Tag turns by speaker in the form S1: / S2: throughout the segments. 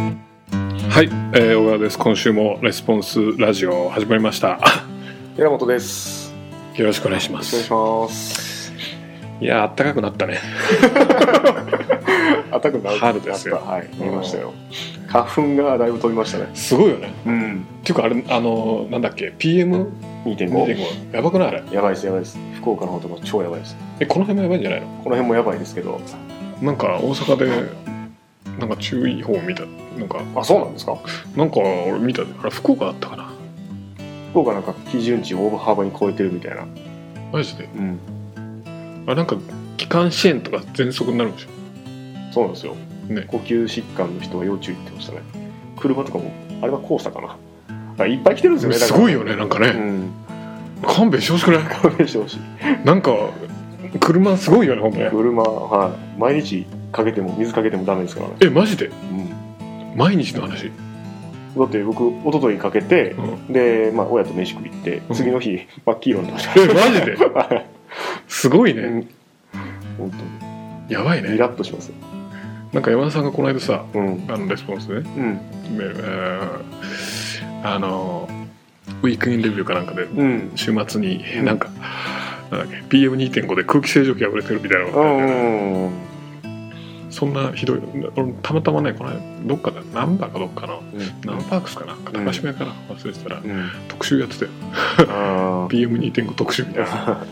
S1: はい、えー、小川です。今週もレスポンスラジオ始まりました。
S2: 寺本です。
S1: よろしくお願いしま
S2: お願い
S1: す
S2: し。ます。
S1: いやー、あったかくなったね。
S2: あったく なる
S1: 春ですよ
S2: なったはい、
S1: ん
S2: 見ましたよ。花粉がだいぶ飛びましたね。
S1: すごいよね。
S2: うん。
S1: っていうか、あれ、あのーなんだっけ、PM2.5?
S2: 2.5。
S1: やばくないあれ。
S2: やばいです、やばいです。福岡の方とか超やばいです。
S1: え、この辺もやばいんじゃないの
S2: この辺もやばいですけど。
S1: なんか、大阪で、なんか注意報見た。なんか、
S2: あ、そうなんですか
S1: なんか俺見たで、あれ、福岡だったかな。
S2: 福岡なんか基準値を大幅に超えてるみたいな。
S1: マジで。
S2: うん。
S1: あれ、なんか、気管支炎とか喘息になるんでしょ。
S2: そうなんですよ。
S1: ね
S2: 呼吸疾患の人は要注意って言ってましたね。車とかも、あれは黄砂かな。あいっぱい来てるんですよね、だ
S1: す
S2: から
S1: ごいよね、なんか
S2: う
S1: ね。
S2: ん。
S1: 勘弁してほしくない
S2: 勘弁してほしい。
S1: なんか、車すごいよね、ほんとね。
S2: 車、はい。毎日かけても、水かけてもダメですからね。
S1: え、マジで
S2: うん。
S1: 毎日の話。
S2: だって僕一昨日かけて
S1: うん。
S2: で、まあ、親と飯食い行って
S1: うん
S2: 次の日、真っ黄色になってま
S1: えマジですごい
S2: た、
S1: ね
S2: 本
S1: やばい
S2: 当にイ
S1: ね
S2: ラッとします
S1: なんか山田さんがこの間さ
S2: うん
S1: あのレスポンスでね
S2: うん
S1: メールうんあのウィークインレビューかなんかで
S2: うん
S1: 週末になんか、なんだっけ PM2.5 で空気清浄機が売れてるみたいなの
S2: う
S1: が書いてある
S2: ん
S1: そんなひどい俺たまたまねこの辺どっかだナンバーかどっかのナンパークスかなんか
S2: うん
S1: 高島屋かな忘れてたら
S2: うん
S1: 特集やってたよ
S2: あ
S1: PM2.5 特集みたいな
S2: ー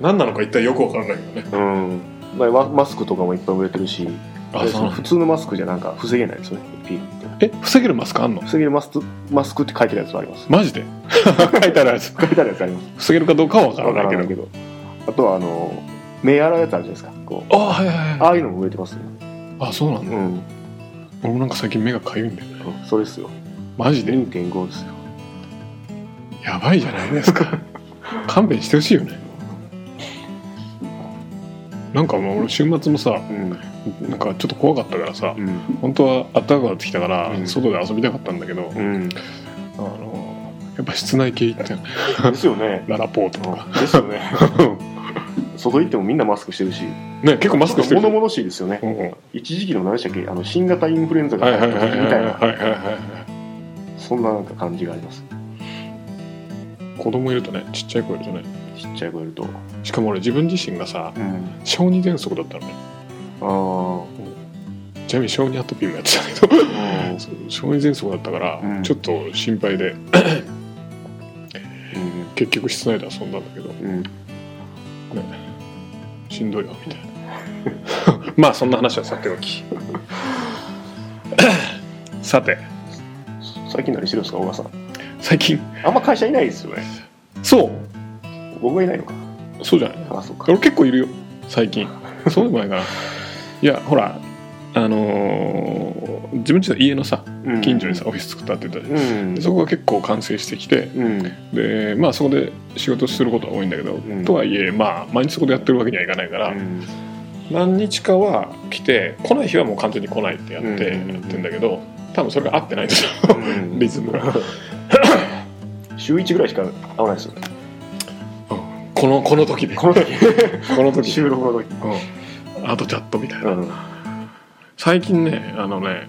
S1: 何なのか一体よくわからないけどね
S2: うんまあママスクとかもいっぱい売れてるし
S1: あ
S2: で
S1: そ
S2: そう
S1: な
S2: の
S1: ん
S2: 普
S1: だ
S2: 通のマスクじゃなんか防げないですよねピーって
S1: え防げるマスクあんの
S2: 防げるマスクマスクって書いてあるやつあります
S1: マジで 書いてあるやつ
S2: 書いてあるやつあります
S1: 防げるかどうかは分から
S2: わ
S1: な
S2: か
S1: い
S2: ら
S1: けど
S2: ないけどあとはあの目洗うやつあるじゃないですかこう
S1: あはいはいはい
S2: ああいうのも売れてますね
S1: あそうなんだ
S2: うん
S1: 俺もなんか最近目がかゆいんだよね
S2: それですよ
S1: マジで
S2: 2.5ですよ
S1: やばいじゃないですか勘弁してほしいよねなんかもう俺週末もさ
S2: うん
S1: なんかちょっと怖かったからさ
S2: うん
S1: 本当は暖かくなってきたから、
S2: うん
S1: 外で遊びたかったんだけど、
S2: う
S1: あの
S2: ん
S1: やっぱ室内系行ったよね
S2: ですよね
S1: ララポートとか
S2: ですよね 外行ってもみんなマスクしてるし
S1: ね結構マスクしてる
S2: 物々しいですよね
S1: うんうん
S2: 一時期の何でしたっけあの新型インフルエンザが
S1: はい
S2: 流
S1: はい
S2: 行っ
S1: は
S2: た
S1: いはいは
S2: 時期み
S1: い
S2: たいな
S1: はいは
S2: そんななんか感じがあります
S1: い子供いるとねちっちゃい子いるとね
S2: ちっちゃい子いると
S1: しかも俺自分自身がさ
S2: うん
S1: 小児喘息だったのね
S2: ああ
S1: ちなみに小児アトピーもやってたけど
S2: うん
S1: そう小児喘息だったから、
S2: うん
S1: ちょっと心配で結局室内で遊んだんだけど、
S2: うんうん
S1: ね、しんどいわみたいな まあそんな話はさてお きさて
S2: 最近何してるんですか小川さん
S1: 最近
S2: あんま会社いないですよね
S1: そう
S2: 僕がいないのか
S1: そうじゃない
S2: あそうか
S1: 俺結構いるよ最近そうでもないかないやほらあのー自分ちの家のさ近所にさ、オフィス作ったって言ったじゃん
S2: うん
S1: でそこが結構完成してきて
S2: うん
S1: でまあそこで仕事することは多いんだけど、
S2: ん
S1: とはいえまあ毎日そこでやってるわけにはいかないから、
S2: うん
S1: 何日かは来て来ない日はもう完全に来ないってやって、
S2: うん
S1: やってんだけど多分それが合ってないんですよ
S2: うん
S1: リズムが
S2: 週1ぐらいしか会わないですよね
S1: このこの時 でこ
S2: この 時
S1: の時
S2: 収録の時
S1: うんあとチャットみたいな、
S2: うん
S1: 最近ねあのね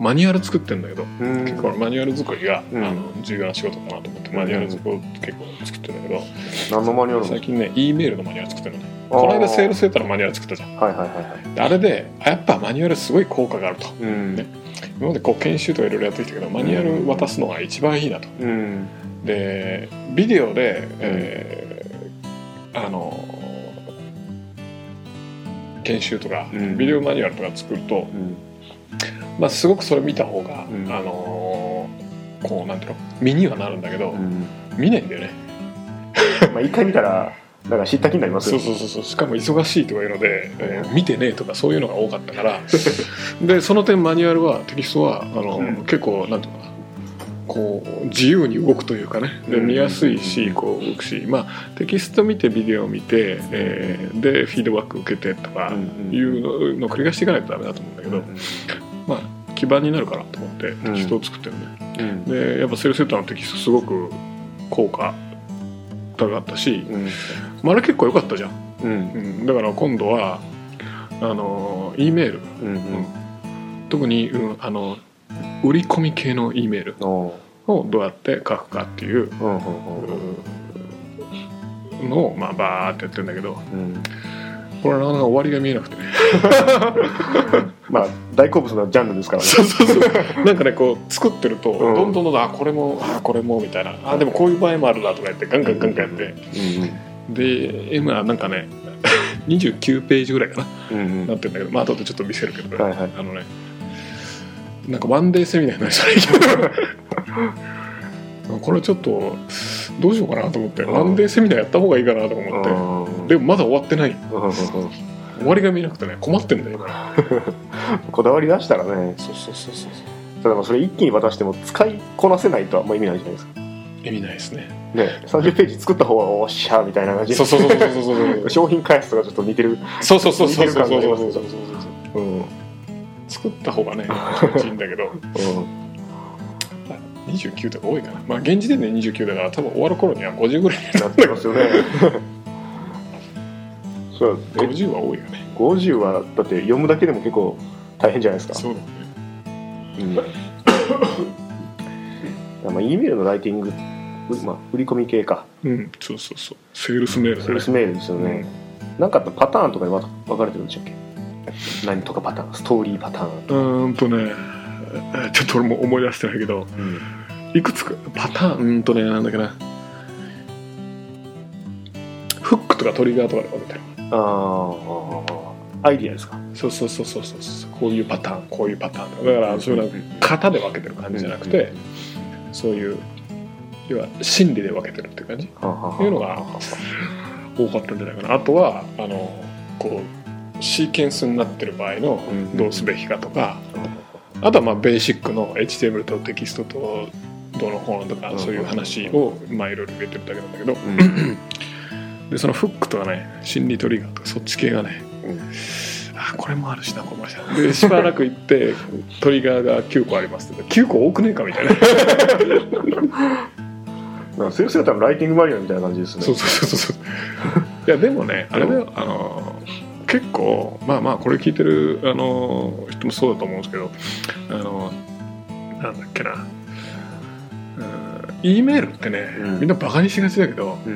S1: マニュアル作ってんだけど、
S2: うん
S1: 結構マニュアル作りが、
S2: うん
S1: あの重要な仕事かなと思ってマニュアル作りを結構作ってんだけど、
S2: 何のマニュアル
S1: 最
S2: の
S1: 近ね E メールのマニュアル作ってるのねこの間セールスレターのマニュアル作ったじゃん
S2: はいはいはいはい
S1: であれであやっぱマニュアルすごい効果があると
S2: うん
S1: ね今までこう研修とかいろいろやってきたけどマニュアル渡すのが一番いいなと
S2: うん
S1: でビデオで、えーあの研修とか
S2: うん
S1: ビデオマニュアルとか作ると、
S2: うん
S1: まあ、すごくそれ見た方が、
S2: うん
S1: あのこうなんていうの身にはなるんだけど、
S2: うん
S1: 見ないんだよね
S2: まあ一回見たらなんか知った気になります
S1: そ
S2: よ
S1: うそうそうそうしかも忙しいとかいうので、えー見てねえとかそういうのが多かったから でその点マニュアルはテキストはあの、
S2: うん
S1: 結構なんていうのかなこう自由に動くというかねで
S2: うん
S1: 見やすいし
S2: うん
S1: こう動くし、まあ、テキスト見てビデオ見て、えーでフィードバック受けてとか
S2: うんうん
S1: いうののを繰り返していかないとダメだと思うんだけど、まあ基盤になるかなと思ってテキストを作ってるね、
S2: うん
S1: でやっぱセールセッターのテキストすごく効果高かったし、
S2: うん
S1: まあ、あれ結構良かったじゃん
S2: うん
S1: うん、だから今度はあの E メール
S2: うんうん
S1: と特に、うん、あの売り込み系の E メール
S2: うん
S1: をどうやって書くかっていう
S2: うんうん
S1: うんのを、まあ、バーってやってるんだけど
S2: うん
S1: これなかなか終わりが見えなくてね
S2: まあ大好物なジャンルですから ね
S1: そうそうそうなんかねこう作ってると、
S2: うん
S1: どんどんどんどんあこれもあこれもみたいなあでもこういう場合もあるなとか言ってガンガンガンガンやってで今なんかね 29ページぐらいかな
S2: うんうん
S1: なってんだけどまあ後でちょっと見せるけど、
S2: はいはい
S1: あのねなんかワンデーセミナーになりそうな勢いこれちょっとどうしようかなと思って
S2: うん
S1: ワンデーセミナーやった方がいいかなとか思って
S2: うん
S1: でもまだ終わってない
S2: うんうんうん
S1: 終わりが見えなくてね困ってんだよ今
S2: こだわり出したらね
S1: そうそうそうそう
S2: ただまあそれ一気に渡しても使いこなせないとあんま意味ないじゃないですか
S1: 意味ないですね
S2: ね30ページ作った方はおっしゃーみたいな感じ
S1: そうそうそうそうそうそう
S2: 商品開発とかちょっと似てる
S1: そうそうそうそうそうそうそうそうそう
S2: うんうん
S1: 作った方がね気持ちいいんだけど29とか多いかなまあ現時点で29だから多分終わる頃には50ぐらいに
S2: なってますよねそうえ
S1: 50は多いよね
S2: 50はだって読むだけでも結構大変じゃないですか
S1: そうだね
S2: うん、だからまあ E メールのライティング、うまあ、振り込み系か
S1: うんそうそうそうセールスメール
S2: セー
S1: だ
S2: ル
S1: ね
S2: スメールですよね、なんかあったパターンとかで分分かれてるんでしたっけ何とかパターンストーリーパターン、
S1: うーんとねえちょっと俺も思い出してないけどいくつかパターンうーんとねなんだっけなフックとかトリガーとかで分けてる
S2: ああアイディアですか
S1: そうそうそうそうそうそうこういうパターンこういうパターンだからそういうのは型で分けてる感じじゃなくて、そういう要は心理で分けてるっていう感じ
S2: っ
S1: いうのが多かったんじゃないかなあとはあのこうシーケンスになってる場合の
S2: うん
S1: どうすべきかとか、あとはまあベーシックの HTML とテキストとどうのこうのとか
S2: うん
S1: そういう話をまあいろいろ入れてるだけなんだけどでそのフックとかね心理トリガーとかそっち系がね、
S2: うん
S1: あこれもあるしなこれもあるしなでしばらく行ってトリガーが9個ありますって9個多くねえかみたいな
S2: なんかセールスが多分ライティングマニアみたいな感じですね
S1: そうそうそうそうそういやでもねあれだよあの結構まあまあこれ聞いてるあの人もそうだと思うんですけどあのなんだっけな E メールってね、
S2: うん
S1: みんなバカにしがちだけど
S2: うん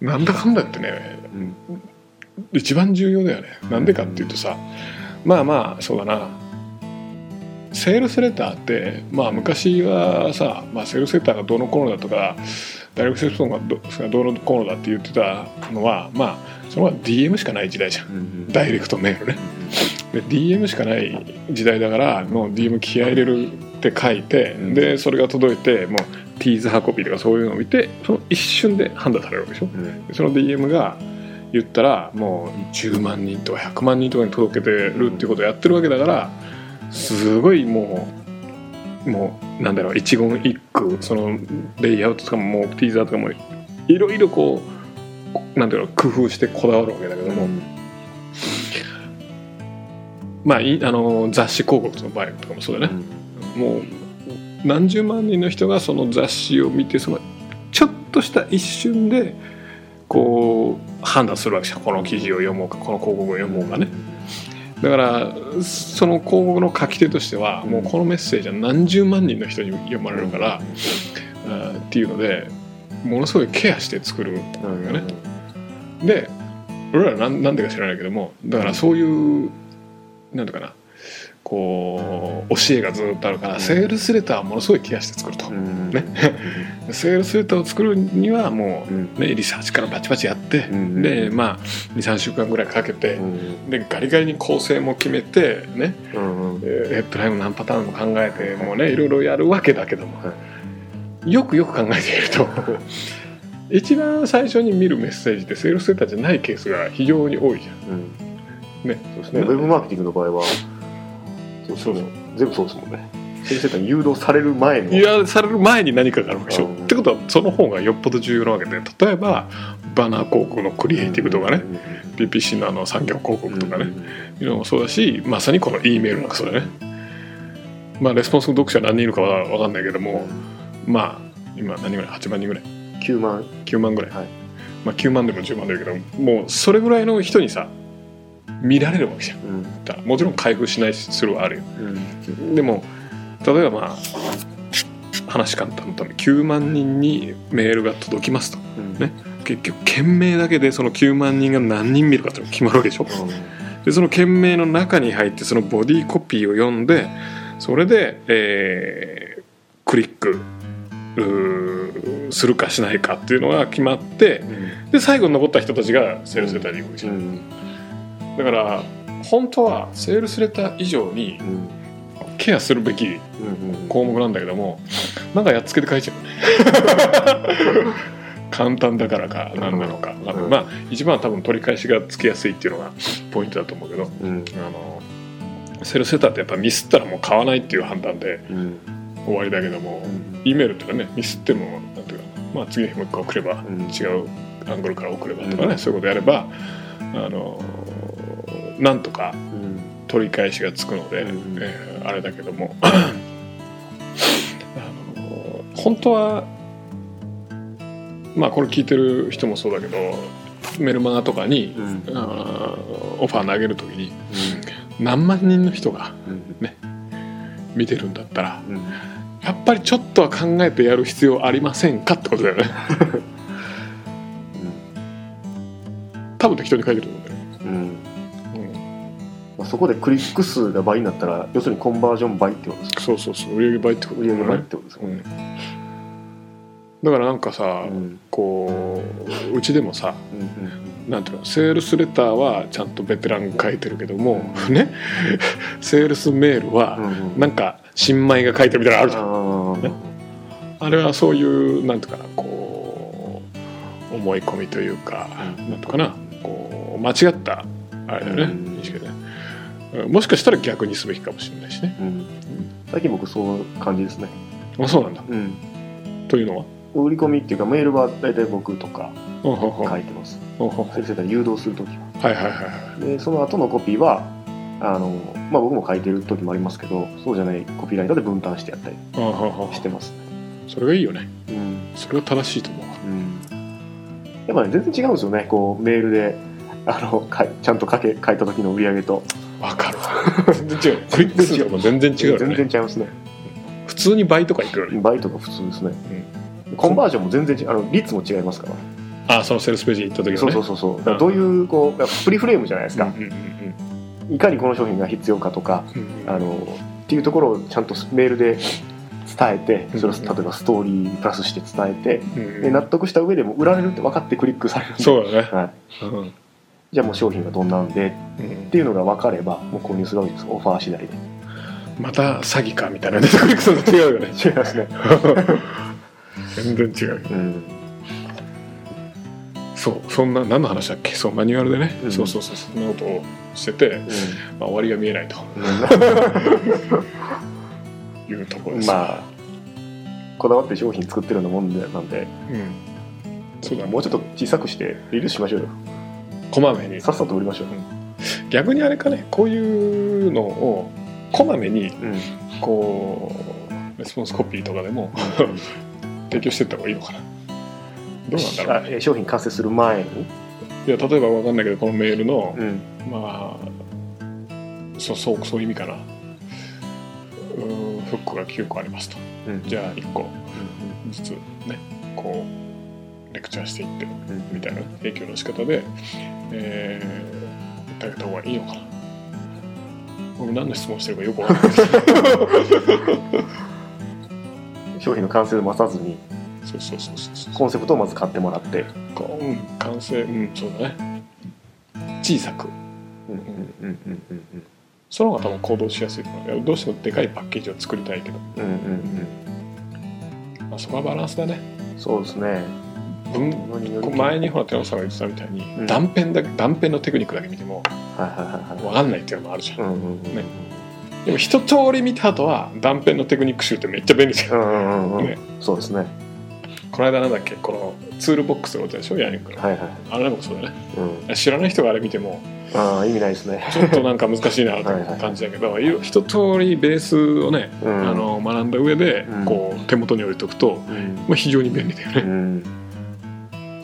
S2: うん
S1: なんだかんだ言ってね
S2: うんうん
S1: 一番重要だよねなんでかっていうとさまあまあそうだなセールスレターってまあ昔はさ、まあ、セールスレターがどうのこうのだとかダイレクトレスポンスがどがどうのこうのだって言ってたのはまあそれは DM しかない時代じゃん
S2: うんうん
S1: ダイレクトメールねで DM しかない時代だからもう DM 気合い入れるって書いて、
S2: うん
S1: でそれが届いてもうティーズ運びとかそういうのを見てその一瞬で判断されるわけでしょ
S2: うん
S1: その DM が言ったらもう10万人とか100万人とかに届けてるっていうことをやってるわけだからすごいもうもうなんだろう一言一句そのレイアウトとかももうティーザーとかもいろいろこうなんだろう工夫してこだわるわけだけども、まあいあの雑誌広告の場合とかもそうだね、もう何十万人の人がその雑誌を見てそのちょっとした一瞬でこう判断するわけじゃんこの記事を読もうかこの広告を読もうかねだからその広告の書き手としてはもうこのメッセージは何十万人の人に読まれるから、あーっていうのでものすごいケアして作る
S2: うん
S1: ねで俺らなんなんでか知らないけどもだからそういうなんていうかなこう教えがずっとあるから、
S2: うん
S1: セールスレターはものすごいケアして作ると、
S2: うん
S1: ねセールスレターを作るにはも
S2: うん
S1: う、ね、リサーチからバチバチやって、
S2: うん
S1: でまあ23週間ぐらいかけて、
S2: うん
S1: でガリガリに構成も決めてね
S2: うん
S1: えーヘッドラインも何パターンも考えてもうねいろいろやるわけだけども、
S2: は
S1: よくよく考えていると一番最初に見るメッセージってセールスレターじゃないケースが非常に多いじゃん
S2: うん
S1: ね
S2: そうですねウェブマーケティングの場合はそう
S1: そうそう
S2: 全部そうですもんね先生に誘導される前の
S1: いやされる前に何かがあるわけでしょ、
S2: うん
S1: ってことはその方がよっぽど重要なわけで例えばバナー広告のクリエイティブとかね、PPC のあの産業広
S2: うん
S1: 告とかね、いうのもそうだしまさにこの E メールなんかそうだねまあレスポンス読者何人いるかは分かんないけどもまあ今何人ぐらい8万人ぐらい
S2: 9万
S1: 9万ぐらい、
S2: はい
S1: まあ、9万でも10万でもいいけどもうそれぐらいの人にさ見られるわけじゃん
S2: うん
S1: だもちろん開封しないしするはあるよ
S2: うん
S1: でも例えばまあ話簡単のため9万人にメールが届きますと
S2: うん
S1: ね結局件名だけでその9万人が何人見るかっていうのが決まるわけでしょでその件名の中に入ってそのボディコピーを読んでそれで、えークリックうーするかしないかっていうのが決まってで最後に残った人たちがセールスレターに行くわけじ
S2: う
S1: ゃん
S2: ん
S1: だから本当はセールスレター以上に
S2: うん
S1: ケアするべき
S2: うん
S1: 項目なんだけどもなんかやっつけて書いちゃうね 簡単だからか何なのか分かんない
S2: うん
S1: まあ一番は多分取り返しがつきやすいっていうのがポイントだと思うけど
S2: うん
S1: あのセルセーターってやっぱミスったらもう買わないっていう判断で
S2: うん
S1: 終わりだけども E メールってのはねミスってもなんていうかまあ次の日もう一回送れば
S2: うん
S1: 違うアングルから送ればとか
S2: う
S1: ね
S2: ん
S1: そういうことやればあのなんとか
S2: うん
S1: 取り返しがつくので、
S2: うん
S1: えーあれだけどもあの本当はまあこれ聞いてる人もそうだけどメルマガとかに、
S2: うん
S1: あーオファー投げる時に何万人の人が
S2: うん
S1: 見てるんだったら
S2: うん
S1: やっぱりちょっとは考えてやる必要ありませんかってことだよね多分適当に書いてると思うんだよね
S2: うんまあそこでクリック数が倍になったら要するにコンバージョン倍ってことです
S1: うんそうそうそう売上倍ってこと
S2: 売
S1: だよ
S2: 上
S1: ね
S2: 倍ってことですもんね
S1: だからなんかさ、
S2: うん
S1: こううちでもさ
S2: うんうん
S1: なんていうのセールスレターはちゃんとベテランが書いてるけども、ね セールスメールは
S2: うんうん
S1: なんか新米が書いてるみたいなのあるじゃん、
S2: あー
S1: あれはそういうなんていうかなこう思い込みというか、
S2: うん
S1: なんとかなこう間違ったあれだよね、
S2: うん
S1: 認識だよねうんもしかしたら逆にすべきかもしれないしね
S2: うん最近僕そういう感じですね
S1: あそうなんだ
S2: うん
S1: というのは
S2: 売り込みっていうかメールは大体僕とか
S1: うんうんうん
S2: 書いてます
S1: うんうん
S2: 先生から誘導するときは
S1: はいはいはいは
S2: でその後のコピーはあの、まあ、僕も書いてる時もありますけどそうじゃないコピーライターで分担してやったり
S1: いうんうんうんうん
S2: してます、
S1: それがいいよね
S2: うん
S1: それが正しいと思うわ
S2: うん、やっぱね全然違うんですよねこうメールであのかいちゃんと書け書いた時の売り上げと
S1: わかるわ全然違うクリック数とかも全然違うよね
S2: 全然違いますね
S1: 普通に倍とかいくよね
S2: 倍とか普通ですね、コンバージョンも全然違うあの率も違いますから、
S1: あそのセールスページに行った時のね
S2: そうそうそうそうだからどういうこうプリフレームじゃないです
S1: うん
S2: か
S1: う、んうん
S2: いかにこの商品が必要かとか
S1: うんうん
S2: あのっていうところをちゃんとメールで伝えてそれを例えばストーリーにプラスして伝えて
S1: うん
S2: で納得した上でも売られるって分かってクリックされるんで
S1: そうだね
S2: はい、
S1: うん
S2: じゃあもう商品がどんなんで
S1: うん
S2: っていうのが分かればもう購入するわけですオファー次第で
S1: また詐欺かみたいなねクリック数と違うよね
S2: 違いますね、
S1: 全然違うよ
S2: うん、
S1: そうそんな何の話だっけそうマニュアルでね、
S2: うん
S1: そうそうそうそんなことをしてて、まあ、終わりが見えないというところ
S2: う
S1: で
S2: ん、
S1: す、
S2: まあこだわって商品作ってるようなもんでなんで
S1: うん、そうだ
S2: も
S1: も
S2: う
S1: う
S2: ち
S1: ち
S2: ょ
S1: ょ
S2: っ
S1: っ
S2: と小さくしてリリースしましょうよ
S1: とこまめに
S2: さっさと売りましょう、
S1: 逆にあれかねこういうのをこまめに
S2: うん、
S1: こうレスポンスコピーとかでも提供していった方がいいのかなどうなんだろう
S2: あえ商品完成する前に、
S1: いや例えば分かんないけどこのメールの、
S2: うん
S1: まあそうそうそういう意味かなうーんフックが9個ありますと
S2: うん
S1: じゃあ1個ずつねこうレクチャーしていって
S2: うん
S1: みたいな提供の仕方でえー、いただけた方がいいのかな僕何の質問してるかよくわか んないです
S2: 商品の完成を待たずに
S1: そうそうそうそうそう
S2: コンセプトをまず買ってもらって、
S1: こううん、完成うんそうだね小さく
S2: うんうんうんうんうんうん
S1: その方が多分行動しやすいかないやどうしてもでかいパッケージを作りたいけど、
S2: うんうん
S1: まあ、そこはバランスだね
S2: うんそうですね
S1: 分こう前にほら寺本さんが言ってたみたいに、
S2: うん
S1: 断片だけ断片のテクニックだけ見ても
S2: はいはいはい
S1: 分
S2: は
S1: かんないっていうのもあるじゃ、
S2: いうんんうんうん
S1: ねでも一通り見た後は断片のテクニック集ってめっちゃ便利じゃん、
S2: うんうんうんうん
S1: ね
S2: そうですね
S1: この間なんだっけこのツールボックスのことでしょヤニックの、
S2: はいはい
S1: あれでもそうだね
S2: うん
S1: 知らない人があれ見ても
S2: ああ意味ないですね
S1: ちょっとなんか難しいなという感じだけどいろ一通りベースをね
S2: うん
S1: あの学んだ上で
S2: うん
S1: こう手元に置いておくと、
S2: うん
S1: まあ、非常に便利だよ
S2: う
S1: ね、
S2: ん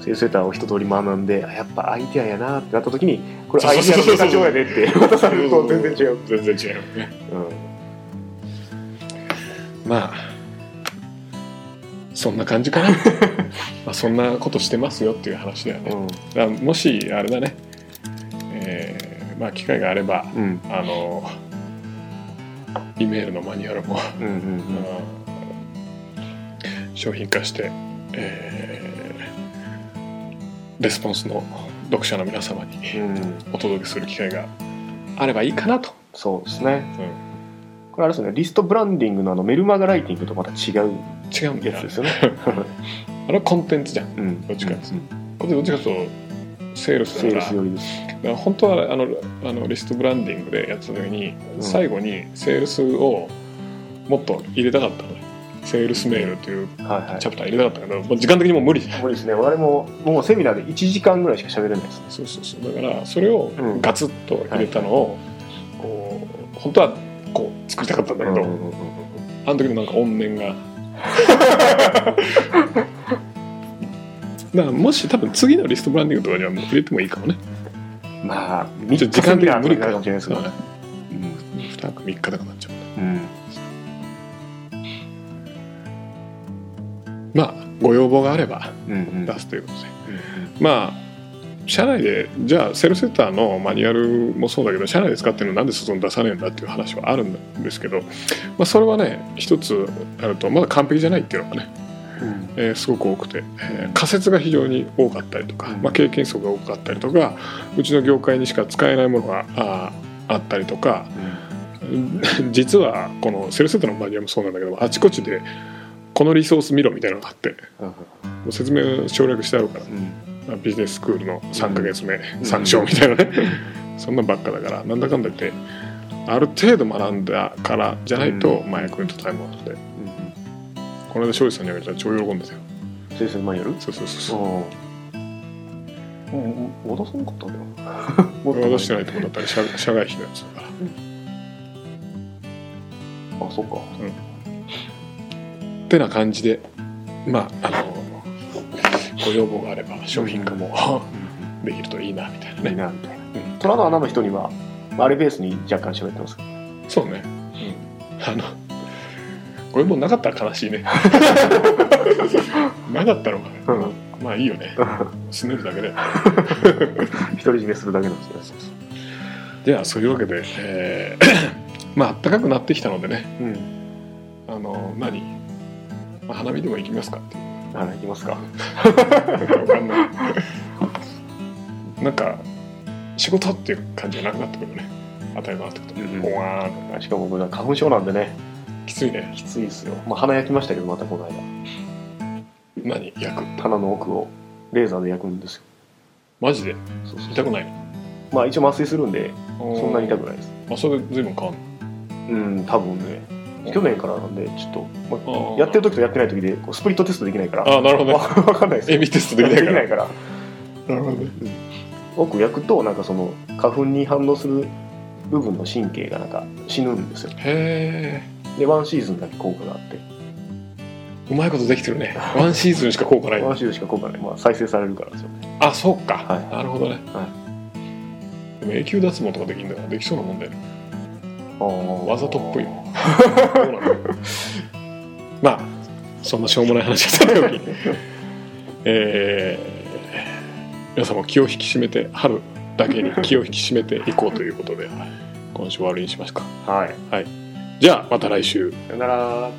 S2: そういうセーターを一通り学んであやっぱアイデアやなってなった時にこれ
S1: そう
S2: アイ
S1: そう
S2: デア
S1: そうそう
S2: の社長やでって渡されると全然違う、
S1: 全然違うね
S2: うん、
S1: まあそんな感じ かなまあそんなことしてますよっていう話だよね、だからもしあれだねえーまあ機会があれば
S2: うんうん
S1: あの E メールのマニュアルも
S2: うんうん
S1: 商品化して、えーレスポンスの読者の皆様に
S2: うんうん
S1: お届けする機会があればいいかなと、
S2: そうですねこれあれですねリストブランディングのあのメルマガライティングとまた違う
S1: 違うんだよな
S2: やつですよね、
S1: あれはコンテンツじゃん
S2: うん、
S1: どっちかです
S2: うん
S1: これどっちかというとセールス
S2: セ
S1: だか
S2: ール
S1: ら
S2: ス寄りです
S1: だから本当はあのあのリストブランディングでやってた時に、
S2: うん
S1: 最後にセールスをもっと入れたかったのねセールスメールという
S2: はいはい
S1: チャプター入れたかったけど、もう時間的にもう無理じゃん
S2: 無理ですね我々ももうセミナーで1時間ぐらいしか喋れないですね
S1: そうそうそうだからそれを
S2: うん
S1: ガツッと入れたのを、こう本当はこう作りたかったんだけど、
S2: うんうんうん
S1: あの時のなんか怨念がだからもし多分次のリストブランディングとかにはもう入れてもいいかもね
S2: うんまあ
S1: ちょっと時
S2: 時
S1: 間
S2: 間
S1: 的
S2: 的
S1: に
S2: に
S1: 無
S2: 無
S1: 理
S2: 理
S1: か
S2: か
S1: も
S2: も
S1: し
S2: し
S1: れ
S2: れ
S1: な
S2: ないい
S1: で
S2: ですす
S1: け
S2: け
S1: どね2
S2: どね、
S1: 泊3日とかなっちゃう
S2: うんうん
S1: まあご要望があれば
S2: うんうん
S1: 出すということでまあ社内でじゃあセールセンターのマニュアルもそうだけど社内で使ってるのなんで外に出さねえんだっていう話はあるんですけど、まあ、それはね一つあるとまだ完璧じゃないっていうのがね、
S2: うん
S1: えーすごく多くて、えー仮説が非常に多かったりとか、
S2: うん
S1: まあ、経験則が多かったりとかうちの業界にしか使えないものがあーあったりとか うん実はこのセールセンターのマニュアルもそうなんだけどあちこちでこのリソース見ろみたいなのがあってもう説明省略してあるから
S2: うん
S1: まあビジネススクールの3ヶ月目、
S2: ん
S1: 参照みたいなね、そんなんばっかだからなんだかんだ言ってある程度学んだからじゃないと、
S2: うん
S1: まあ役に立たないものなんでこの間庄司さんにあげたら超喜んでたよ
S2: セールスマニュアル
S1: そうそうそう
S2: う
S1: そうん
S2: うん戻さなかったんだよもっ
S1: 俺
S2: と前
S1: は出してないとこだったり社社外費のやつだから
S2: あそっか
S1: ってな感じでまああのご要望があれば商品化もできるといいなみたいない
S2: い
S1: ね
S2: なみたいな
S1: うん
S2: 虎の穴の人にはまああれベースに若干喋ってますけど
S1: そうね、あのご要望なかったら悲しいねなかったのかねまあいいよねすねるだけで
S2: 独り占めするだけなんですよ
S1: じゃあそういうわけで、えー まあ暖かくなってきたのでね
S2: うん
S1: あの何、まあ、花見でも行きますかっていう
S2: あらいきますか
S1: わかんないなんか仕事っていう感じがなくなってくるね当たり前になってくる
S2: うんうん
S1: とおわーん
S2: しかも僕は花粉症なんでね
S1: きついね
S2: きついですよまあ鼻焼きましたけどまたこの間
S1: 何焼く
S2: 鼻の奥をレーザーで焼くんですよ
S1: マジで
S2: そうそう
S1: 痛くないの
S2: まあ一応麻酔するんでそんなに痛
S1: な
S2: くないです
S1: いあそれで随分変わん
S2: うん多分ね
S1: の
S2: 去年からなんでちょっと、ま
S1: あ
S2: あ、
S1: ー
S2: やってる時とやってない時でこうスプリットテストできないから
S1: あーなるほどね
S2: わわかんないです
S1: エビテスト
S2: で
S1: で
S2: き
S1: きないか
S2: な
S1: ら
S2: いから
S1: なるほどね
S2: 奥焼くとなんかその花粉に反応する部分の神経がなんか死ぬんですよ
S1: へ
S2: でワンシーズンだけ効果があって
S1: えうまいことできてるねワンシーズンしか効 果ない
S2: ワンシーズンしか効果ない、まあ、再生されるからですよ
S1: あそうか、
S2: はい
S1: なるほどね、
S2: は
S1: でも永久脱毛とかできるんだからできそうなもんだよねわ
S2: わ
S1: ざとっぽいもどうなの まあそんなしょうもない話はさておき えー皆さんも気を引き締めて春だけに気を引き締めていこうということで今週終わりにしますか
S2: はい
S1: じゃあまた来週
S2: さよなら